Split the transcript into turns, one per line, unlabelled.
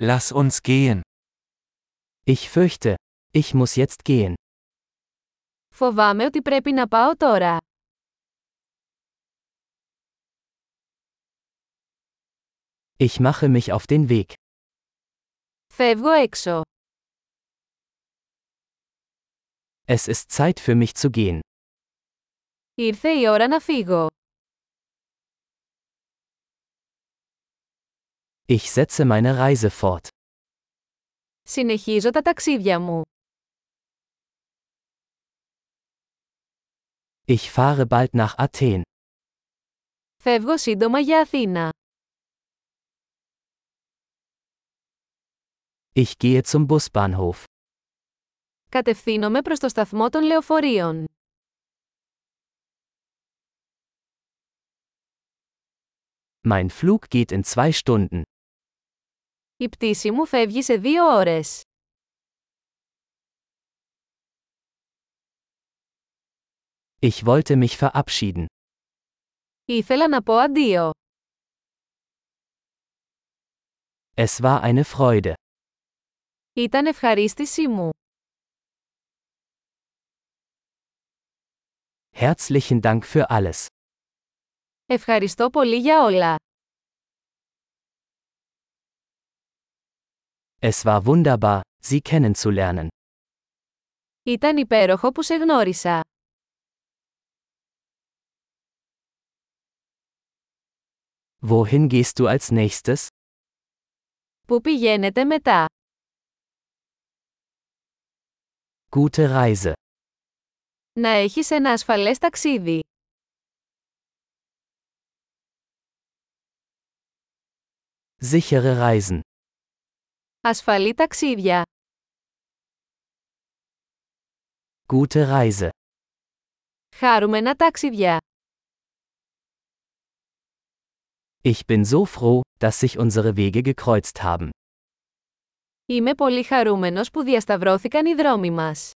Lass uns gehen.
Ich fürchte, ich muss jetzt gehen.
Φοβάμαι ότι πρέπει να πάω τώρα.
Ich mache mich auf den Weg.
Φεύγω έξω.
Es ist Zeit für mich zu gehen.
Ήρθε η ώρα να φύγω.
Ich setze meine Reise fort.
Συνεχίζω τα ταξίδια μου.
Ich fahre bald nach Athen.
Φεύγω σύντομα για Αθήνα.
Ich gehe zum Busbahnhof.
Κατευθύνομαι προς το σταθμό των λεωφορείων.
Mein Flug geht in zwei Stunden.
Η πτήση μου φεύγει σε δύο ώρες.
Ich wollte mich verabschieden.
Ήθελα να πω αντίο.
Es war eine Freude.
Ήταν ευχαρίστησή μου.
Herzlichen Dank für alles.
Ευχαριστώ πολύ για όλα.
Es war wunderbar, Sie kennenzulernen.
Ήταν υπέροχο που σε γνώρισα.
Wohin gehst du als nächstes?
Πού πηγαίνετε μετά.
Gute Reise.
Να έχεις ένα ασφαλές ταξίδι.
Sichere Reisen.
Ασφαλή ταξίδια.
Gute Reise.
Χάρουμενα ταξίδια.
Ich bin so froh, dass sich unsere Wege gekreuzt haben.
Είμαι πολύ χαρούμενος που διασταυρώθηκαν οι δρόμοι μας.